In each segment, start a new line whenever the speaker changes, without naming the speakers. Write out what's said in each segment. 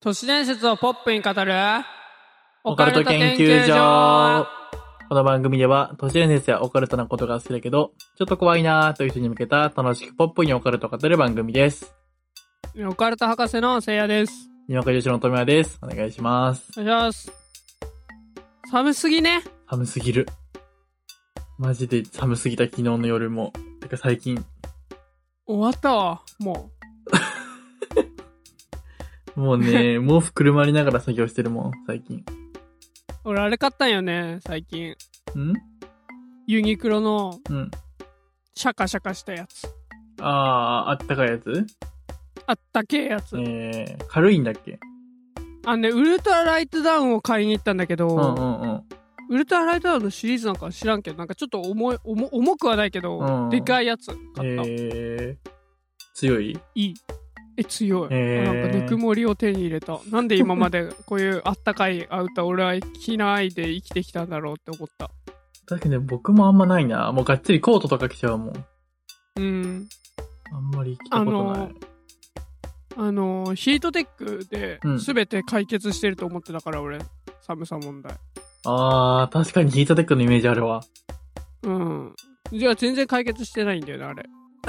都市伝説をポップに語る
オカルト研究所この番組では、都市伝説やオカルトなことが好きだけど、ちょっと怖いなーという人に向けた楽しくポップにオカルトを語る番組です。
オカルト博士のせいやです
にわか女子の富谷です。お願いします。
お願いします寒すぎね
寒すぎる。マジで寒すぎた昨日の夜も。てか最近、
終わったわも
もうね、 毛布くるまりながら作業してるもん、最近。
う俺あれ買ったんよね最近
ん
ユニクロの
うん。
シャカシャカしたやつ
あー、あったかいやつ
あったけえやつ、
えー、軽いんだっけ
あのねウルトラライトダウンを買いに行ったんだけど、
うんうんうん。
ウルトラライトダウンのシリーズなんか知らんけどなんかちょっと重い重重くはないけど、
うん
でかいやつ買った、
えー、強い
いい。え、強い。
へー
なんかぬくもりを手に入れた。なんで今までこういうあったかいアウター俺は着ないで生きてきたんだろうって思った。
だけどね、僕もあんまないな。もうがっつりコートとか着ちゃうもん。
うん。
あんまり着たことない。
あのあのー、ヒートテックで
うん
全て解決してると思ってたから俺、寒さ問題。
あー、確かにヒートテックのイメージあるわ。
うん。じゃあ全然解決してないんだよね、あれ。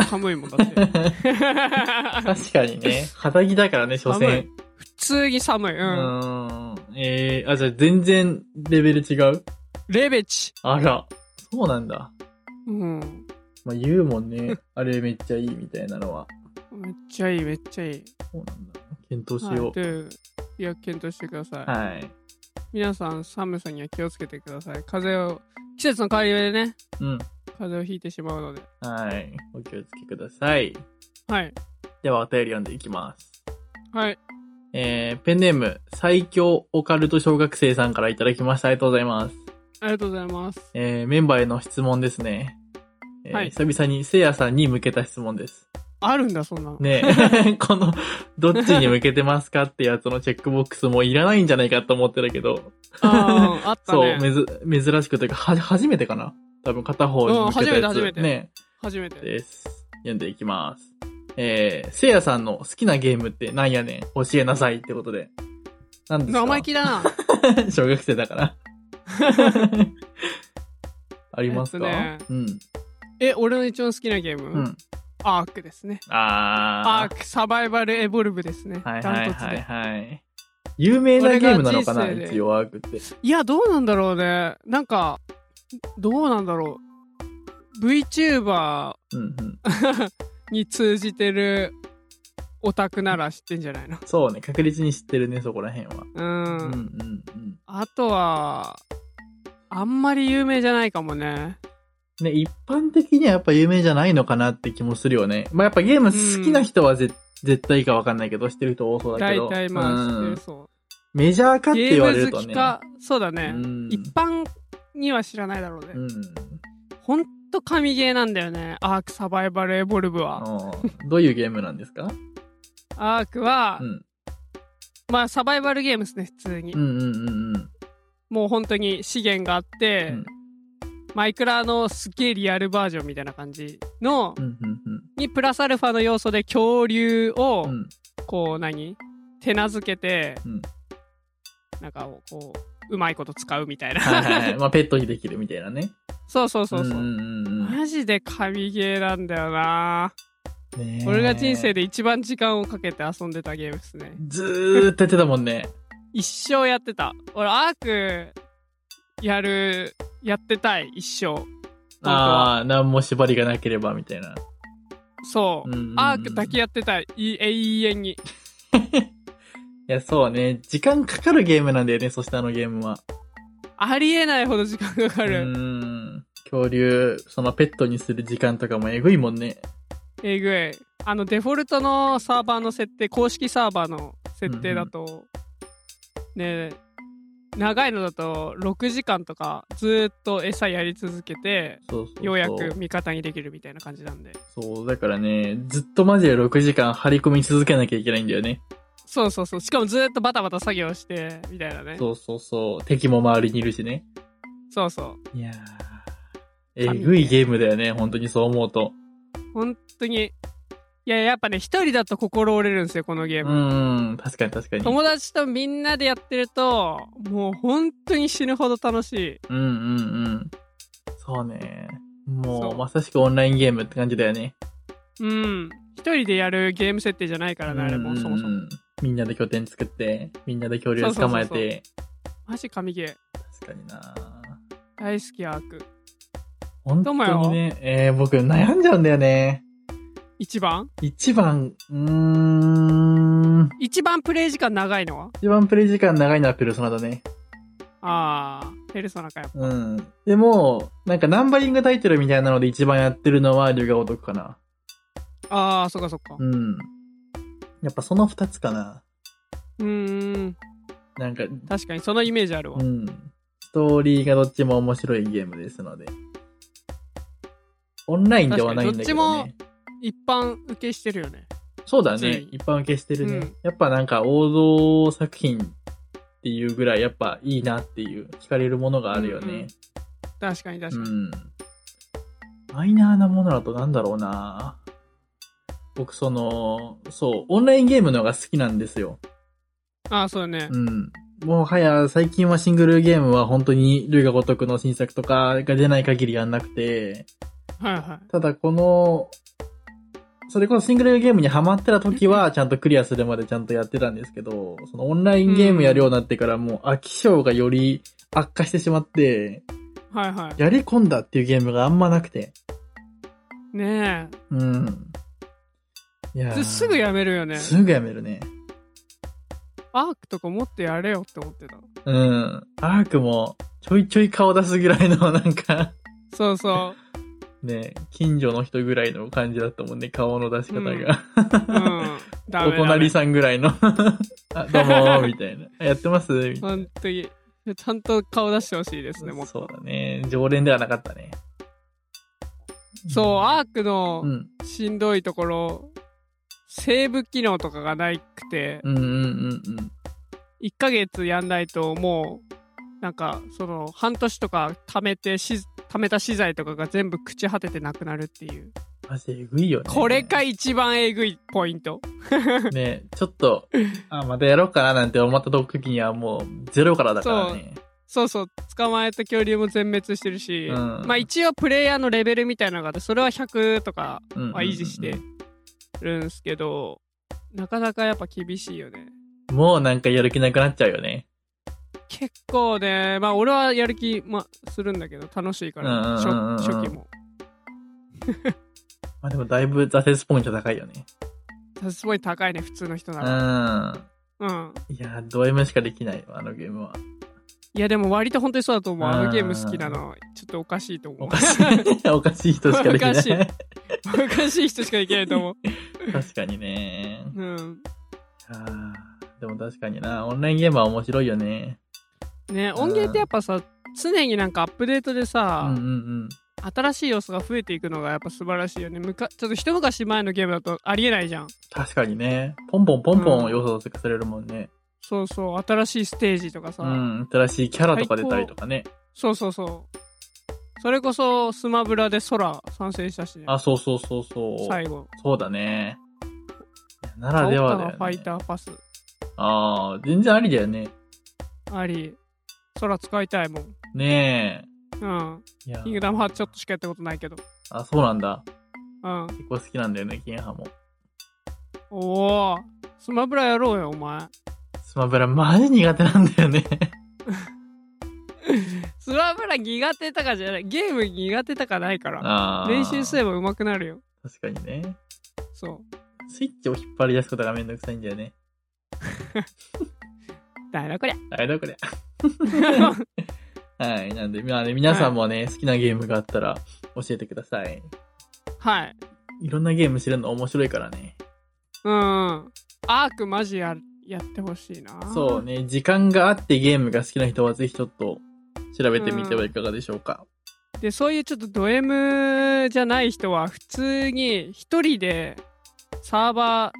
寒いもんだって。
確かにね。肌着だからね、所
寒
詮
い。普通に寒い。う。
うんーん。えー、あ、じゃあ全然レベル違う
レベチ。
あら、そうなんだ。
うん。
まあ、言うもん ね。あれめっちゃいいみたいなのは。
めっちゃいい、めっちゃいい。
そうなんだ。検討し
はい
よ
という、いや、検討してください。
う。はい。
皆さん寒さには気をつけてください風邪を季節の変わり目でね
うん。
風邪をひいてしまうので
はい。お気をつけください。
はい
では、お便り読んでいきます。
はい
えー、ペンネーム、最強オカルト小学生さんからいただきました。ありがとうございます。
ありがとうございます
えー、メンバーへの質問ですね。えー
はい
久々にせいやさんに向けた質問です。
あるんだそんなの、
ねえ、この、どっちに向けてますかってやつのチェックボックスもいらないんじゃないかと思ってた けど、
あーあった
そう、
ね
めず、珍しくというか、は、初めてかな多分片方に向けたやつ。
うん初めて初めて
ね
初めて
です。読んでいきます。えー、せいやさんの好きなゲームってなんやねん教えなさいってことで。なんですか
生意気だな
小学生だ から。ありますか、
えっ
うん。
え俺の一番好きなゲーム、
うん。
アークですねア
あ
ークサバイバルエボルブですね
ー。はい
ダ
は
ン
い
トツ
はい
で
はい。有名なゲームなのかな
俺が人生で
一応ワークって。
いやどうなんだろうねなんかどうなんだろう VTuber
うんうん。
に通じてるオタクなら知ってんじゃないの
そうね、確率に知ってるね、そこら辺は。うん
う
うんんうん。
あとは、あんまり有名じゃないかもね。
ね、一般的にはやっぱ有名じゃないのかなって気もするよね。まあやっぱゲーム好きな人はぜ、絶対いいかわかんないけど、知ってる人多そうだけど。
大体まあ知って
うん
るそ
メジャーか
う。
って
ゲ
言われ
ー
る
ム好
とね。
きか、そうだね
う。ん
一般には知らないだろうね。
うん。
ほんと神ゲーなんだよね。アークサバイバルエボルブは。
あーどういうゲームなんですか
アークは、
うん。
まあサバイバルゲームですね、普通に。
うんうんうんうん。
もう本当に資源があって、
うん
マイクラのすっげえリアルバージョンみたいな感じの、
うんうんうん。
にプラスアルファの要素で恐竜を、
うん
こう何手なずけて、
うん
なんかこううまいこと使うみたいな、
はいはいはい。まあ、ペットにできるみたいなね。
そうそうそうそう、
んうんうんうん
マジで神ゲーなんだよな、
ねえ
俺が人生で一番時間をかけて遊んでたゲームですね
ずーっとやってたも んね。
一生やってた俺アークやるやってたい一生当は
ああ、なんも縛りがなければみたいな。
そう、
うんうんうん
アークだけやってたいい永遠に
いや、そうね。時間かかるゲームなんだよね、そしてあのゲームは。
ありえないほど時間かか
う
る、
ん。恐竜、そのペットにする時間とかもえぐいもんね。
えぐいあのデフォルトのサーバーの設定公式サーバーの設定だと、ね長いのだと6時間とかずーっと餌やり続けて
そうそうそう
ようやく。味方にできるみたいな感じなんで
そう、だからね、ずっとマジで6時間張り込み続けなきゃいけないんだよね。
そうそうそうしかもずーっとバタバタ作業してみたいなね
そうそうそう。敵も周りにいるしね。
そうそ
いやー。えぐいゲームだよね、本当にそう思うと。
う本当にいや、やっぱね、一人だと心折れるんですよ、このゲー
う
ム。
んうん、確かに確かに。
友達とみんなでやってると、もう本当に死ぬほど楽しい。
うんうんうん。そうね。も、
そうう
まさしくオンラインゲームって感じだよね。
うん。一人でやるゲーム設定じゃないからね、あれも、そもそ
うんう
も。
んうんみんなで拠点作って、みんなで恐竜捕まえて。
マジ神ゲー。
確かにな
大好き、アーク。
本当にね、えー、僕悩んじゃうんだよね。
一番
一番、うーん、
一番プレイ時間長いのは
一番プレイ時間長いのはペルソナだね。
ああ、ペルソナかよ。
うん。でも、なんかナンバリングタイトルみたいなので一番やってるのは竜が如くかな。
ああ、そっかそっか。
うん。やっぱその二つかな。
うーん。
なんか、
確かに、そのイメージあるわ
う。ん。ストーリーがどっちも面白いゲームですので。オンラインではないんだけどね。
一般受けしてるよね。
そうだ
つ
ね
い。
一般受けしてるね、
うん
やっぱなんか王道作品っていうぐらいやっぱいいなっていう、惹かれるものがあるよね。
確かに確
う
かに。
ん。マイナーなものだとなんだろうな僕その、そう、オンラインゲームのが好きなんですよ。
ああ、そうだね
う。ん。もうはや、最近はシングルゲームは本当に、ルイが如くの新作とかが出ない限りやんなくて、
はいはい。
ただこの、それこそシングルゲームにハマってた時は、ちゃんとクリアするまでちゃんとやってたんですけど、そのオンラインゲームやるようになってからもう飽き性がより悪化してしまって、
はいは
やり込んだっていうゲームがあんまなくて。
い。ね
うん。い
え。
やー
すすぐやめるよね。
すぐやめるね。
アークとかもっとやれよって思ってた。
うん。アークも、ちょいちょい顔出すぐらいの、なんか、
そうそ
ね、近所の人ぐらいの感じだったもんね、顔の出し方が。
うんう。うん。ダメダ
お
メ。
隣さんぐらいの。 あ、どうもー、みたいな。あやってますみたい
本当に。ちゃんと顔出してほしいですね、も
な。
っ
そう
と。
だね。常連ではなかったね。
そう、アーク
う
の
ん。
しんどいところ、セーブ機能とかがないくて、
うんうんうんうん。
1ヶ月やんないともう、なんか、その、半年とか貯めてし、貯めた資材とかが全部朽ち果ててなくなるっていう。
マジでえぐいよね。
これか一番えぐいポイント。
ね、ちょっと、あ、またやろうかななんて思った時にはもう、ゼロからだからね。
そうそう、捕まえた恐竜も全滅してるし、
うん
まあ一応プレイヤーのレベルみたいなのがあって、それは100とか
うんうんうんうん
は維持してるんすけど、なかなかやっぱ厳しいよね。
もうなんかやる気なくなっちゃうよね。
結構ね、まあ俺はやる気、まあ、するんだけど、楽しいか
うんうん
ら、
うんうん
初初期も。
まあでもだいぶ挫折ポイント高いよね。
すごい高いね、普通の人
う。
なんら。うん。
いやー、ド M しかできないわ、あのゲームは。
いやでも割と本当にそうだと思う。
うん
あのゲーム好きなの、ちょっとおかしいと思
お
う。
かしい。おかしい人しかできな
おかし
い。
おかしい人しかいけないと思う。
確かにね。
うん。
あーでも確かにな、オンラインゲームは面白いよね。
ね、音源ってやっぱさ、常になんかアップデートで
うん
さ
う、ん
新しい要素が増えていくのがやっぱ素晴らしいよね。むかちょっと一昔前のゲームだとありえないじゃん。
確かにね。ポンポンポンポ
う
ン
ん
要素とかされるもんね。
そうそう、新しいステージとかさ。
うん。新しいキャラとか出たりとかね。
そうそうそう。それこそスマブラで空参戦したしね。
あ、そうそうそうそう。
最後。
そうだね。いやな
あ
らではだよ、ね。
ファイターパス。
ああ、全然ありだよね。
あり。空使いたいもん。
ね
うん。
え。いや
キングダムハーツちょっとしかやったことないけど。
あ、そうなんだ。
うん。
結構好きなんだよね、キンハも。
おお。スマブラやろうよ、お前。
スマブラマジ苦手なんだよね。
スマブラ苦手とかじゃない。ゲーム苦手とかないから。
ああ。
練習すれば上手くなるよ。
確かにね。
そう。
スイッチを引っ張り出すことがめんどくさいんだよね。
だなこりゃ。
あれだこれ。はい。なんで、まあね、皆さんもね、好きなゲームがあったら教えてください。
はい。
いろんなゲーム知るの面白いからね。
うん。アークマジややってほしいな。
そう。ね、時間があってゲームが好きな人はぜひちょっと調べてみてはいかがでしょうか。
で、そういうちょっとド M じゃない人は、普通に一人でサーバ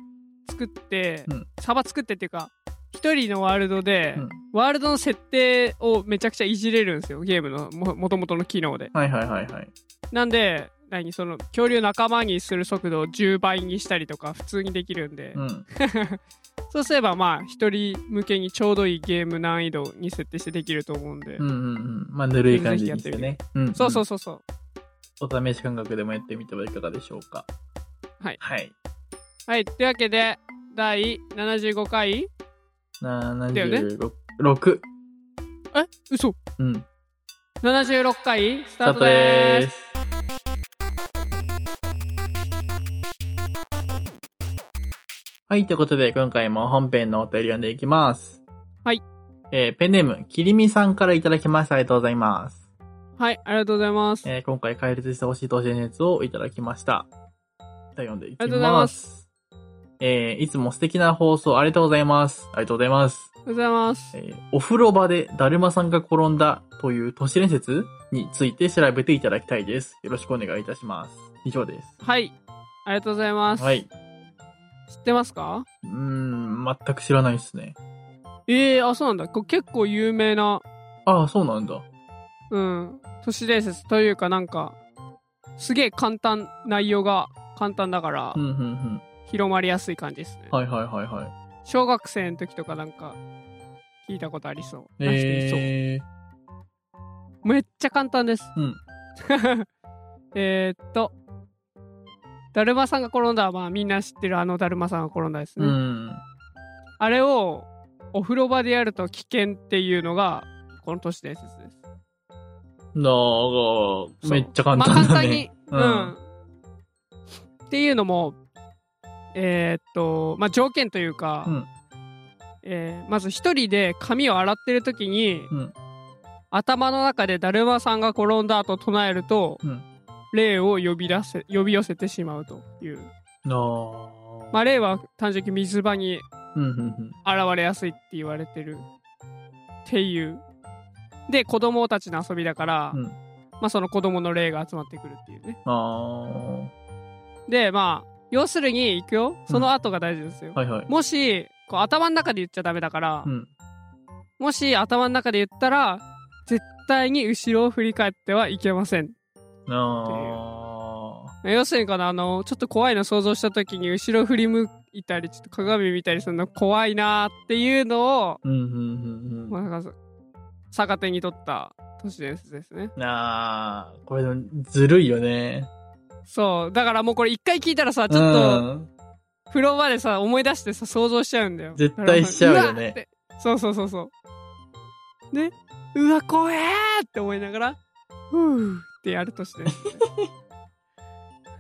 ー作って、
うん
サーバー作ってっていうか、一人のワールドで、
うん
ワールドの設定をめちゃくちゃいじれるんですよ、ゲームのももともとの機能で。
はいはいはいはい。
なんで、何その恐竜仲間にする速度を10倍にしたりとか普通にできるんで、
うん。
そうすればまあ一人向けにちょうどいいゲーム難易度に設定してできると思うんで、
うんうんうん。まあ、ぬるい感じにしてね。うん、
そうそうそうそう
うん。お試し感覚でもやってみてはいかがでしょうか。
はい
はい。
はいというわけで第75回だよね
76。6
え嘘
うん。
76回ス
ス
タートでーす
す。はい、ということで、今回も本編のお便り読んでいきます。
はい。
えーペンネーム、きりみさんからいただきました。ありがとうございます。
はいありがとうございます、
えー今回解説してほしい投資の熱をいただきました。じゃあ読んでいき
ありがとうござい
ま。
ます
えーいつも素敵な放送ありがとうございます。ありがとうございます。
ありがとうございます
えーお風呂場でだるまさんが転んだという都市伝説について調べていただきたいです。よろしくお願いいたします。以上で。
はいありがとうございますす、
はい。
知ってますか
うーん、全く知らないですね。
えー、あそうなんだこれ結構有名な
ああ、そうなんだ。
うん都市伝説というかなんかすげえ簡単内容が簡単だから
うん、うん、うん。
広まりやすい感じですね、
はいはいはいはい。
小学生の時とかなんか聞いたことありそう,、そ
え
うめっちゃ簡単です
ー、うん。
えーっとだるまさんが転んだはまあみんな知ってるあのだるまさんが転んだですね、
うん。
あれをお風呂場でやると危険っていうのがこの都市伝説です
なあ、
そう
めっちゃ簡
まあ
単だね。
簡単に、
う
うんん、っていうのも、えーっと、まあ、条件というか、
うん
えーまず一人で髪を洗ってる時に、
うん
頭の中でだるまさんが転んだと唱えると、
うん
霊を呼び出せ、呼び寄せてしまうという。
なあ。
まあ、霊は単純に水場に
うんうんうん。
現れやすいって言われてる。っていう。で、子供たちの遊びだから、
うん
まあその子供の霊が集まってくるっていうね。
あ
でまあ要するに行くよその後が大事ですよ、
あ、はいはい。
もしこう頭の中で言っちゃダメだから、
うん。
もし頭の中で言ったら絶対に後ろを振り返ってはいけません
あ
要するにこのあのちょっと怖いの想像した時に後ろ振り向いたりちょっと鏡見たりするの怖いなーっていうのを、
あ。うんうんうんう
ま
ん。
あなんか逆手に取った都市伝説ですね
なあ、これでもずるいよね。
そうだからもうこれ一回聞いたらさ
う
ちょっと
ん。
風呂場でさ思い出してさ想像しちゃうんだよ
絶対しちゃうよ
わ
ね
ーってそうそうそうそうねうわ怖えーって思いながらふうってやると して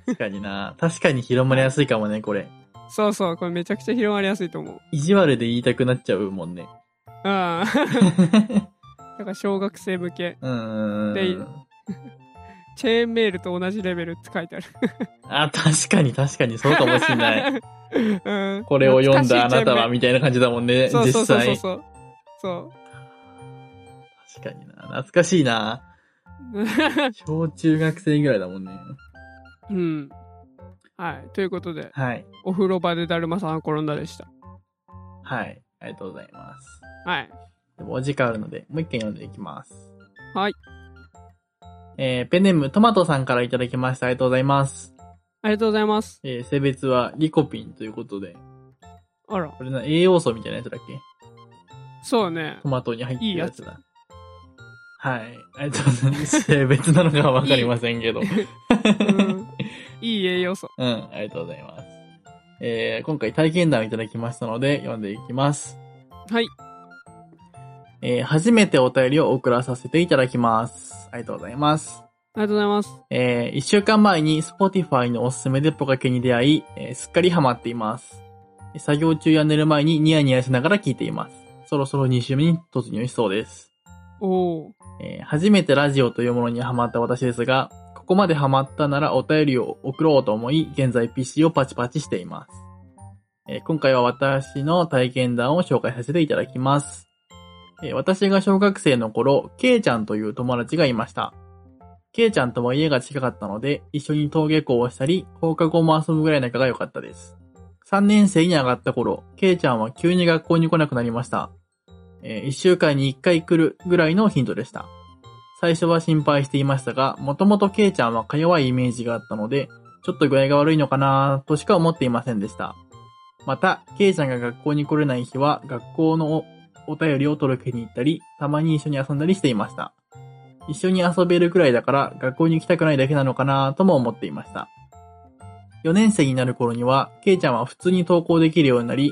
確かにな。確かに広まりやすいかもね、これ。
そうそうこれめちゃくちゃ広まりやすいと思う
意地悪で言いたくなっちゃうもんね。
うんだ から小学生向け
うん。
でチェーンメールと同じレベルって書いてある
あ、確かに確かにそうかもし んない。
い、うん、
これを読んだあ
懐かし
ない
チ
た
ェ
は
ーンメール
みたいな感じだもんね、
そうそ
実
うそうそう
際。
そうそう
確かにな。懐かしいな。小中学生ぐらいだもんね。
うんはいということで
はい。
お風呂場でだるまさんが転んだでした
はい。ありがとうございます。
はい
でもお時間あるので、もう一件読んでいきます。
はい。
えー、ペンネームトマトさんからいただきました。ありがとうございます。
ありがとうございます
えー、性別はリコピンということで、
あら
これな、栄養素みたいなやつだっけ
そうね
トマトに入ってるやつだ。はい。ありがとうございます。 性別なのかはわかりませんけ ど。
うんいい栄養素。
うん、ありがとうございます。えー、今回体験談をいただきましたので、読んでいきます。
はい。
えー、初めてお便りを送らさせていただきます。ありがとうございます。
ありがとうございます。
えー、一週間前に Spotify のおすすめでポカケに出会い、えーすっかりハマっています。作業中や寝る前にニヤニヤしながら聞いています。そろそろ2週目に突入しそうです。
おお。
えー初めてラジオというものにハマった私ですが、ここまでハマったならお便りを送ろうと思い、現在 PC をパチパチしています。えー今回は私の体験談を紹介させていただきます。えー私が小学生の頃、ケイちゃんという友達がいました。ケイちゃんとも家が近かったので、一緒に登下校をしたり、放課後も遊ぶぐらい仲が良かったです。3年生に上がった頃、ケイちゃんは急に学校に来なくなりました。え1週間に1回来るぐらいの頻度でした。最初は心配していましたが、もともとケイちゃんはか弱いイメージがあったので、ちょっと具合が悪いのかなとしか思っていませんでした。また、ケイちゃんが学校に来れない日は、学校のおお便りを届けに行ったり、たまに一緒に遊んだりしていました。一緒に遊べるくらいだから、学校に行きたくないだけなのかなとも思っていました。4年生になる頃には、ケイちゃんは普通に登校できるようになり、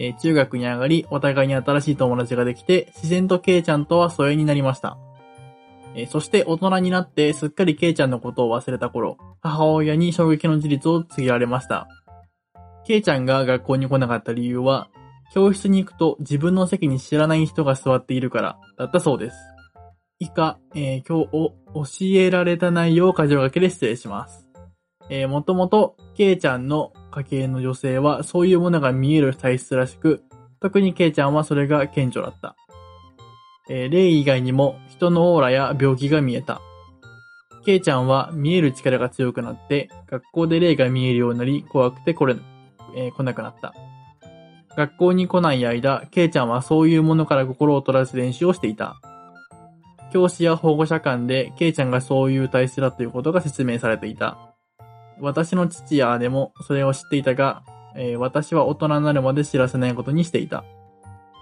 えー中学に上がり、お互いに新しい友達ができて、自然とケイちゃんとは疎遠になりました。えーそして大人になって、すっかりケイちゃんのことを忘れた頃、母親に衝撃の事実を告げられました。ケイちゃんが学校に来なかった理由は、教室に行くと自分の席に知らない人が座っているから、だったそうです。以下、えー今日お教えられた内容を箇条書きで失礼します。えー、もともと、ケイちゃんの家系の女性はそういうものが見える体質らしく、特にケイちゃんはそれが顕著だった。えー霊以外にも人のオーラや病気が見えた。ケイちゃんは見える力が強くなって、学校で霊が見えるようになり、怖くてこれ、えー来なくなった。学校に来ない間、ケイちゃんはそういうものから心を取らず練習をしていた。教師や保護者間でケイちゃんがそういう体質だということが説明されていた。私の父や姉もそれを知っていたが、えー私は大人になるまで知らせないことにしていた。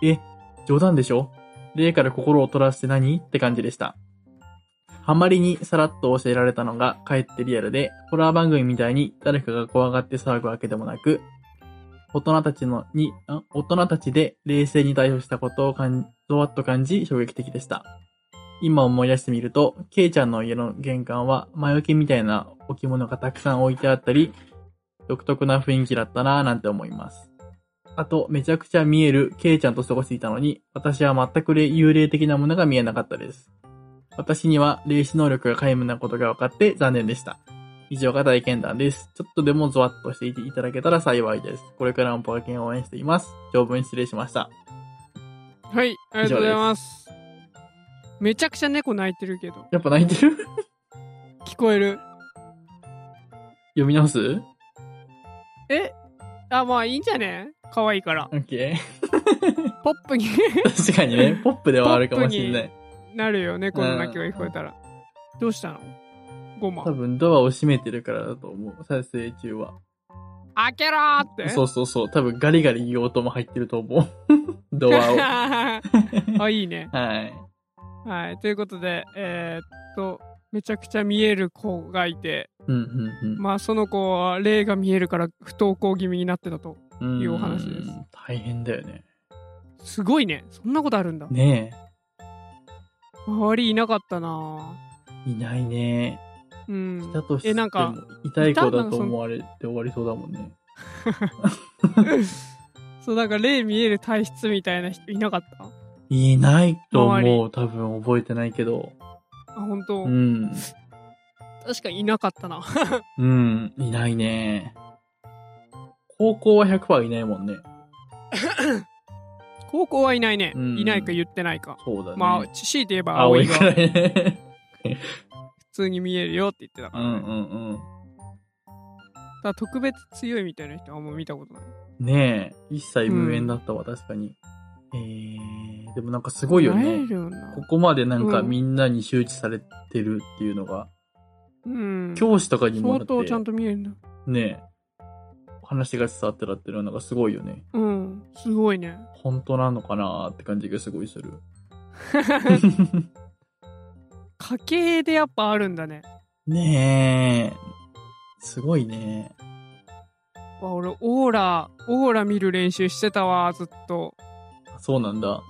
え、冗談でしょ霊から心を取らせて何って感じでした。ハマりにさらっと教えられたのがかえってリアルで、ホラー番組みたいに誰かが怖がって騒ぐわけでもなく、大人たちのに、あ大人たちで冷静に対処したことを感ゾワッと感じ衝撃的でした。今思い出してみると、ケイちゃんの家の玄関は魔除けみたいな置物がたくさん置いてあったり、独特な雰囲気だったなぁなんて思います。あと、めちゃくちゃ見えるケイちゃんと過ごしていたのに、私は全く霊幽霊的なものが見えなかったです。私には霊視能力が皆無なことが分かって残念でした。以上が体験談です。ちょっとでもゾワッとしていていただけたら幸いです。これからもポカケンを応援しています。長文失礼しました。
はい、ありがとうございます。めちゃくちゃ猫鳴いてるけど、
やっぱ泣いてる
聞こえる。
読み直す
えあ、まあいいんじゃね可愛いから。
オッケ
ポップに
ー。確かにね、ポップではあるかもしれない。
なるよね、この鳴き声聞こえたら。どうしたのゴマ
多。分ドアを閉めてるからだと思う。撮影中は。
開けろーって。
そうそうそう。多分ガリガリ言う音も入ってると 思う。ド アを。は
あ、いいね。
い。
はい。ということで、えーっと、めちゃくちゃ見える子がいて、
うんうん
まあその子は霊が見えるから不登校気味になってたと。
うん。
いうお話です
うん。大変だよね。
すごいね。そんなことあるんだ。
ね
周りいなかったな
え。いないね。
ぁうん。
だとして
え、
も
なんか、
痛い子
いたな
だ
ん
と
かその
思われて終わりそうだもんね。
そう、なんか霊見える体質みたいな人いなかった
いないと
周
思う。多分覚えてないけど。
あ、本当、
うん。
確かにいなかったな。
うん。いないね。高校は100%いないもんね。
高校はいないね。
うん
いないか言ってないか。
そうだね。
まあ、強いて言えば
青
葵
い
が
くら
普
いね。
通に見えるよって言ってたか
うん
ら
う
ね。
ん
ただ特別強いみたいな人はあんま見たことない。
うん。ねえ、一切無縁だったわ、確かに。えー、でもなんかすごいよ
なれ
ね。
るよな
ここまでなんか
うん
みんなに周知されてるっていうのが、
うん。
教師とかにも
相
だっ
当ちゃん
て、
と見えるんだ。
ねえ、話が伝わってたっていうのはなんかすごいよね。
うん。すごいね。
本当なのかなーって感じがすごいす る。
家系でやっぱあるんだね。
ねえ、すごいね。
わ、俺、オーラ、オーラ見る練習してたわ、ずっと。
そうなんだ。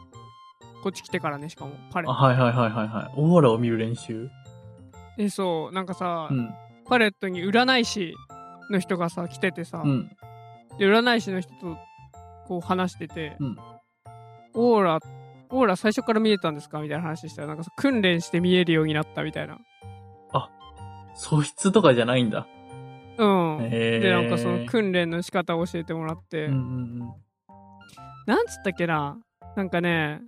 こっち来てからね、しかも、パレ
あ、。はいはいはいはいはい。オーラを見る練習。
え、そう、なんかさ、
うん。
パレットに占い師の人がさ来ててさ、
うん。
で占い師の人とこう話してて、
うん
オーラオーラ最初から見えたんですかみたいな話したらなんかさ訓練して見えるようになったみたいな
素質とかじゃないんだ。
うん、
へー
でなんかその訓練の仕方を教えてもらって、
うんうん
なんつったっけななんかね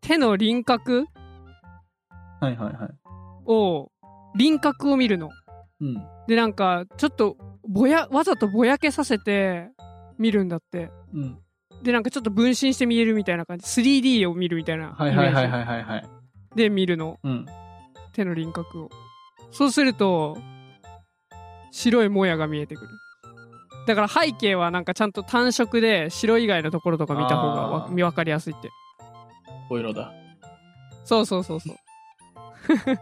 手の輪郭
うん。はいはいはい。
を輪郭を見るの
うん。
でなんかちょっとぼやわざとぼやけさせて見るんだって
うん。
でなんかちょっと分身して見えるみたいな感じ 3D を見るみたいな
はいはいはいはいいはいはい。
で見るの
うん。
手の輪郭を。そうすると、白いもやが見えてくる。だから背景はなんかちゃんと単色で白以外のところとか見た方がわ
あー
見分かりやすいって。
こういうのだ。
そうそうそう そう。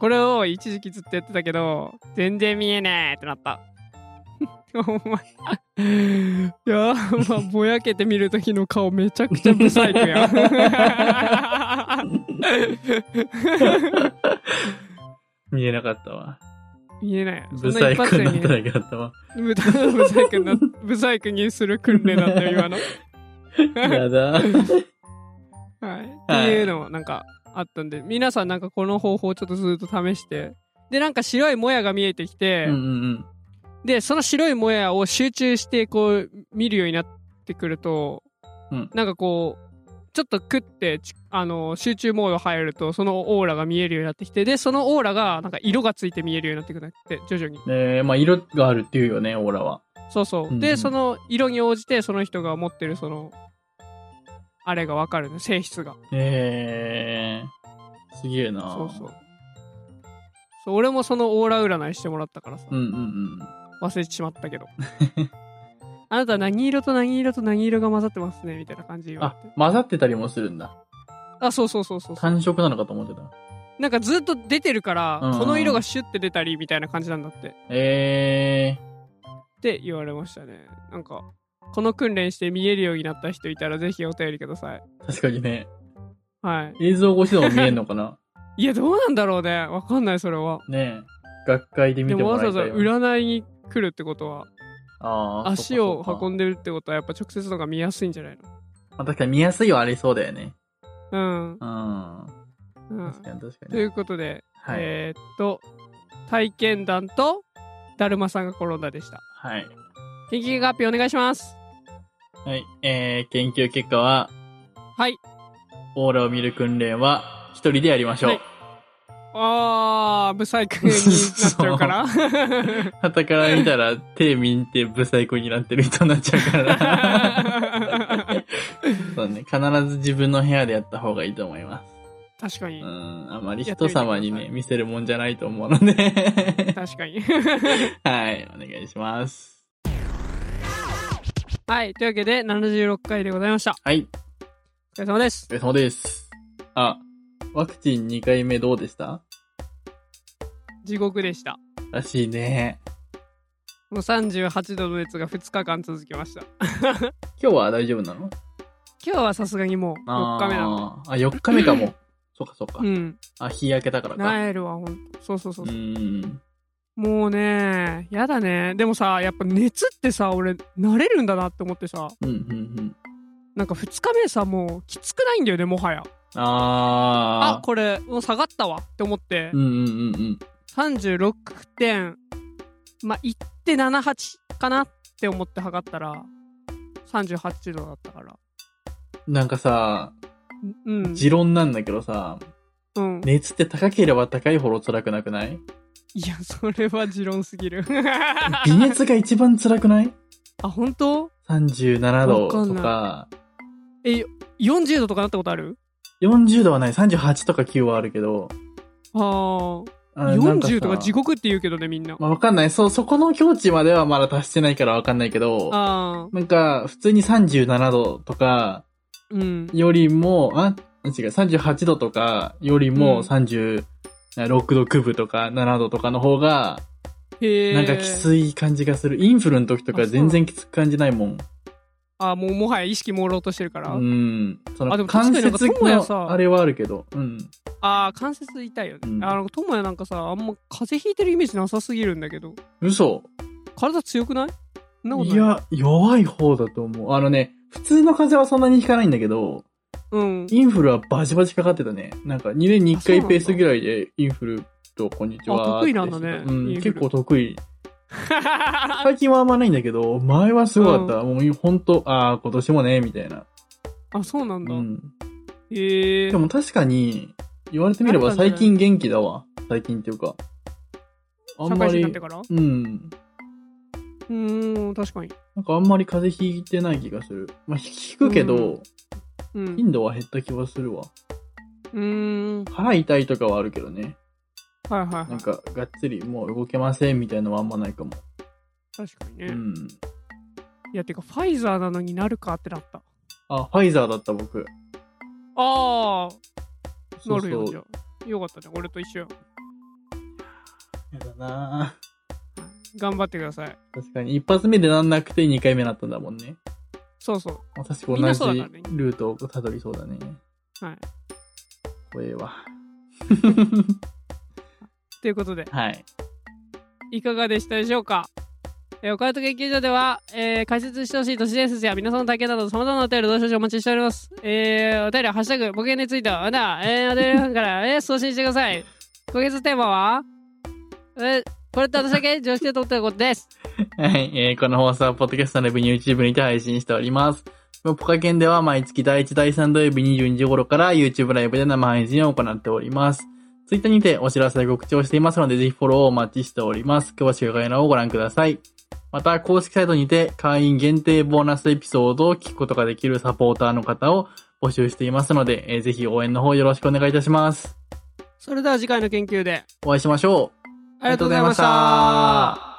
これを一時期ずっとやってたけど、全然見えねえってなった。 お前、いや、まあ、ぼやけて見るときの顔めちゃくちゃブサイクやん。
見えなかったわ。
見えない。
ブサイクにな
そんな
っただけだった わ。
一発でねブサイクな、ブサイクにする訓練だったよ、 今の。
やだ。
はい、
はい
っていうのもなんかあったんで皆さんなんかこの方法をちょっとずっと試してでなんか白いもやが見えてきて、
うんうん
でその白いもやを集中してこう見るようになってくると、
うん
なんかこうちょっと食ってちあの集中モード入るとそのオーラが見えるようになってきてでそのオーラがなんか色がついて見えるようになってくるんだって徐々に
うん。えー、まあ色があるっていうよね、オーラは。
そうそう、
うんう
で
ん
その色に応じてその人が持ってるそのあれがわかるの性質が
えー、すげえな。
そうそう。そう俺もそのオーラ占いしてもらったからさ、
うんうんうん。
忘れてしまったけど。 あなた何色と何色と何色が混ざってますねみたいな感じで言わ
あ
れて。、
混ざってたりもするんだ。
あ、そうそうそうそうそう。
単色なのかと思ってた。
なんかずっと出てるから、
うんうんうん
この色がシュッて出たりみたいな感じなんだって。っ
え
て言われましたね。なんか、この訓練して見えるようになった人いたらぜひお便りください。
ー、確かにね。
はい。
映像越しでも見えんのかな
いや、どうなんだろうね。わかんない、それは。
ねえ。学会で見
で
て
も
も
わ
ら
ざわ
い
ざ
たいよね。
占いに来るってことは、
あー
足を運
ん
んでるってことは、やっぱ直接の方が見やすいんじゃないの
まあ、確かに見やすいはありそうだよね。
うん。
うん。
うん
確かに確か
と
に。
いうことで、
はい。
えーっと体験談とだるまさんが転んだでした
はい。
研究発表お願いします
はい。えー、研究結果は、
はい
オーラを見る訓練は一人でやりましょう。
はいあーブサイクになっちゃうから
旗から見たら手見てブサイクになってる人になっちゃうから。 そうね。必ず自分の部屋でやった方がいいと思います。
確かに
うん。あまり人様に
やってみてくださ
ね、
い
見せるもんじゃないと思うので。
確かに
はい。お願いします。
はいというわけで76回でございました
はい。
お疲れ様です
お疲れ様です。あ、ワクチン2回目どうでした
地獄でした
らしいね。
もう38度の熱が2日間続きました
今日は大丈夫なの
今日はさすがにもう4日目なの
のあ、4日目かも。そっかそっか。
うん
あ、日焼けたからか。
ナエルはほんとそうそうそううそう
ーん。
もうね、やだね。でもさ、やっぱ熱ってさ、俺、慣れるんだなって思ってさ、
うん、うん、うん。
なんか2日目さ、もうきつくないんだよね、もはや。あ
あー。
これ、もう下がったわって思って、
うん、うん、うん、うん。
36点、まあ、1.78かなって思って測ったら、38度だったから。
なんかさ、
うん。
持論なんだけどさ、
うん。
熱って高ければ高いほど辛くなくない
いや、それは持論すぎる。
微熱が一番辛くない
あ、本当
?37 度
わかん
とか、
?40 度とかなったことある
40度はない、38とか9はあるけど、
あー。
あなんさ
40とか地獄って言うけどね、みんな。
まあ、わかんない。そう、そこの境地まではまだ達してないからわかんないけど、
あ
なんか、普通に37度とか
ー。うん。
よりも、あ、違う、38度とかより
うん
も36度9分とか7度とかの方が、
へえ。
なんかきつい感じがする。インフルの時と
あ
か
そう
全然きつく感じないもん。
あ、もうもはや意識朦朧としてるから。
うん。そ
あで
の
も確
関
かになんか
節
友也さ
のあれはあるけど、うん。
ああ、関節痛いよね。
うん
あの、ともやなんかさ、あんま風邪ひいてるイメージなさすぎるんだけど、
嘘
体強くないそんなことない
い。や、弱い方だと思う。あのね、普通の風邪はそんなに引かないんだけど、
うん。
インフルはバチバチかかってたね。なんか2年に1
あそうなん
回
だ
ペースぐらいでインフルとこんにち
あ
はっ
得
て
意なんだね
してたうん、
インフル
結構得意。最近はあんまないんだけど、前はすごかった。もうほんと、ああ、今年もね、みたいな。
あ、そうなん
う
だ。
ん。
へえ
で。も確かに、言われてみれば
あれなん
最
だね
近元気だわ。最近っていうか。あ
社
んま
会人に
り、
なってからう
うん。
ーん、確かに。
なんかあんまり風邪ひいてない気がする。まあ、ひ引くけど、
うん。
頻度は減った気はするわ。
ううーん。
腹痛いとかはあるけどね。
はいはい
な
は
ん
い。
か、がっつりもう動けませんみたいのはあんまないかも。
確かにね。
うん。
いや、てか、ファイザーなのになるかってなった。
あ、ファイザーだった僕。
ああ、
そ
な
うそう
るよ、じゃあ。よかったね。俺と一緒よ。
やだなぁ
頑張ってください。
確かに、一発目でなんなくて2回目になったんだもんね。
そうそう。
まさしく
みん
同
な
じ
そうだからね
ルートをたどりそうだね。
はい。
怖えわ。
ということで、
はい。
いかがでしたでしょうかえー、オカルト研究所では、えー解説してほしい都市伝説や皆さんの体験など様々なお便りをどうしどしお待ちしております。えー、お便りはハッシュタグ、ボケについては、まだ、えー、お便りフォームから、えー、送信してください。今月テーマは、えー、これって私だけ常識でとってることです。
はい、えーこの放送は、ポッドキャストのレビュー YouTube にて配信しております。ポカケンでは毎月第1、第3土曜日22時頃から YouTube ライブで生配信を行っております。Twitter にてお知らせや告知をしていますので、ぜひフォローをお待ちしております。詳しく概要欄をご覧ください。また、公式サイトにて会員限定ボーナスエピソードを聞くことができるサポーターの方を募集していますので、えーぜひ応援の方よろしくお願いいたします。
それでは次回の研究で、
お会いしましょう。
ありがとうございました。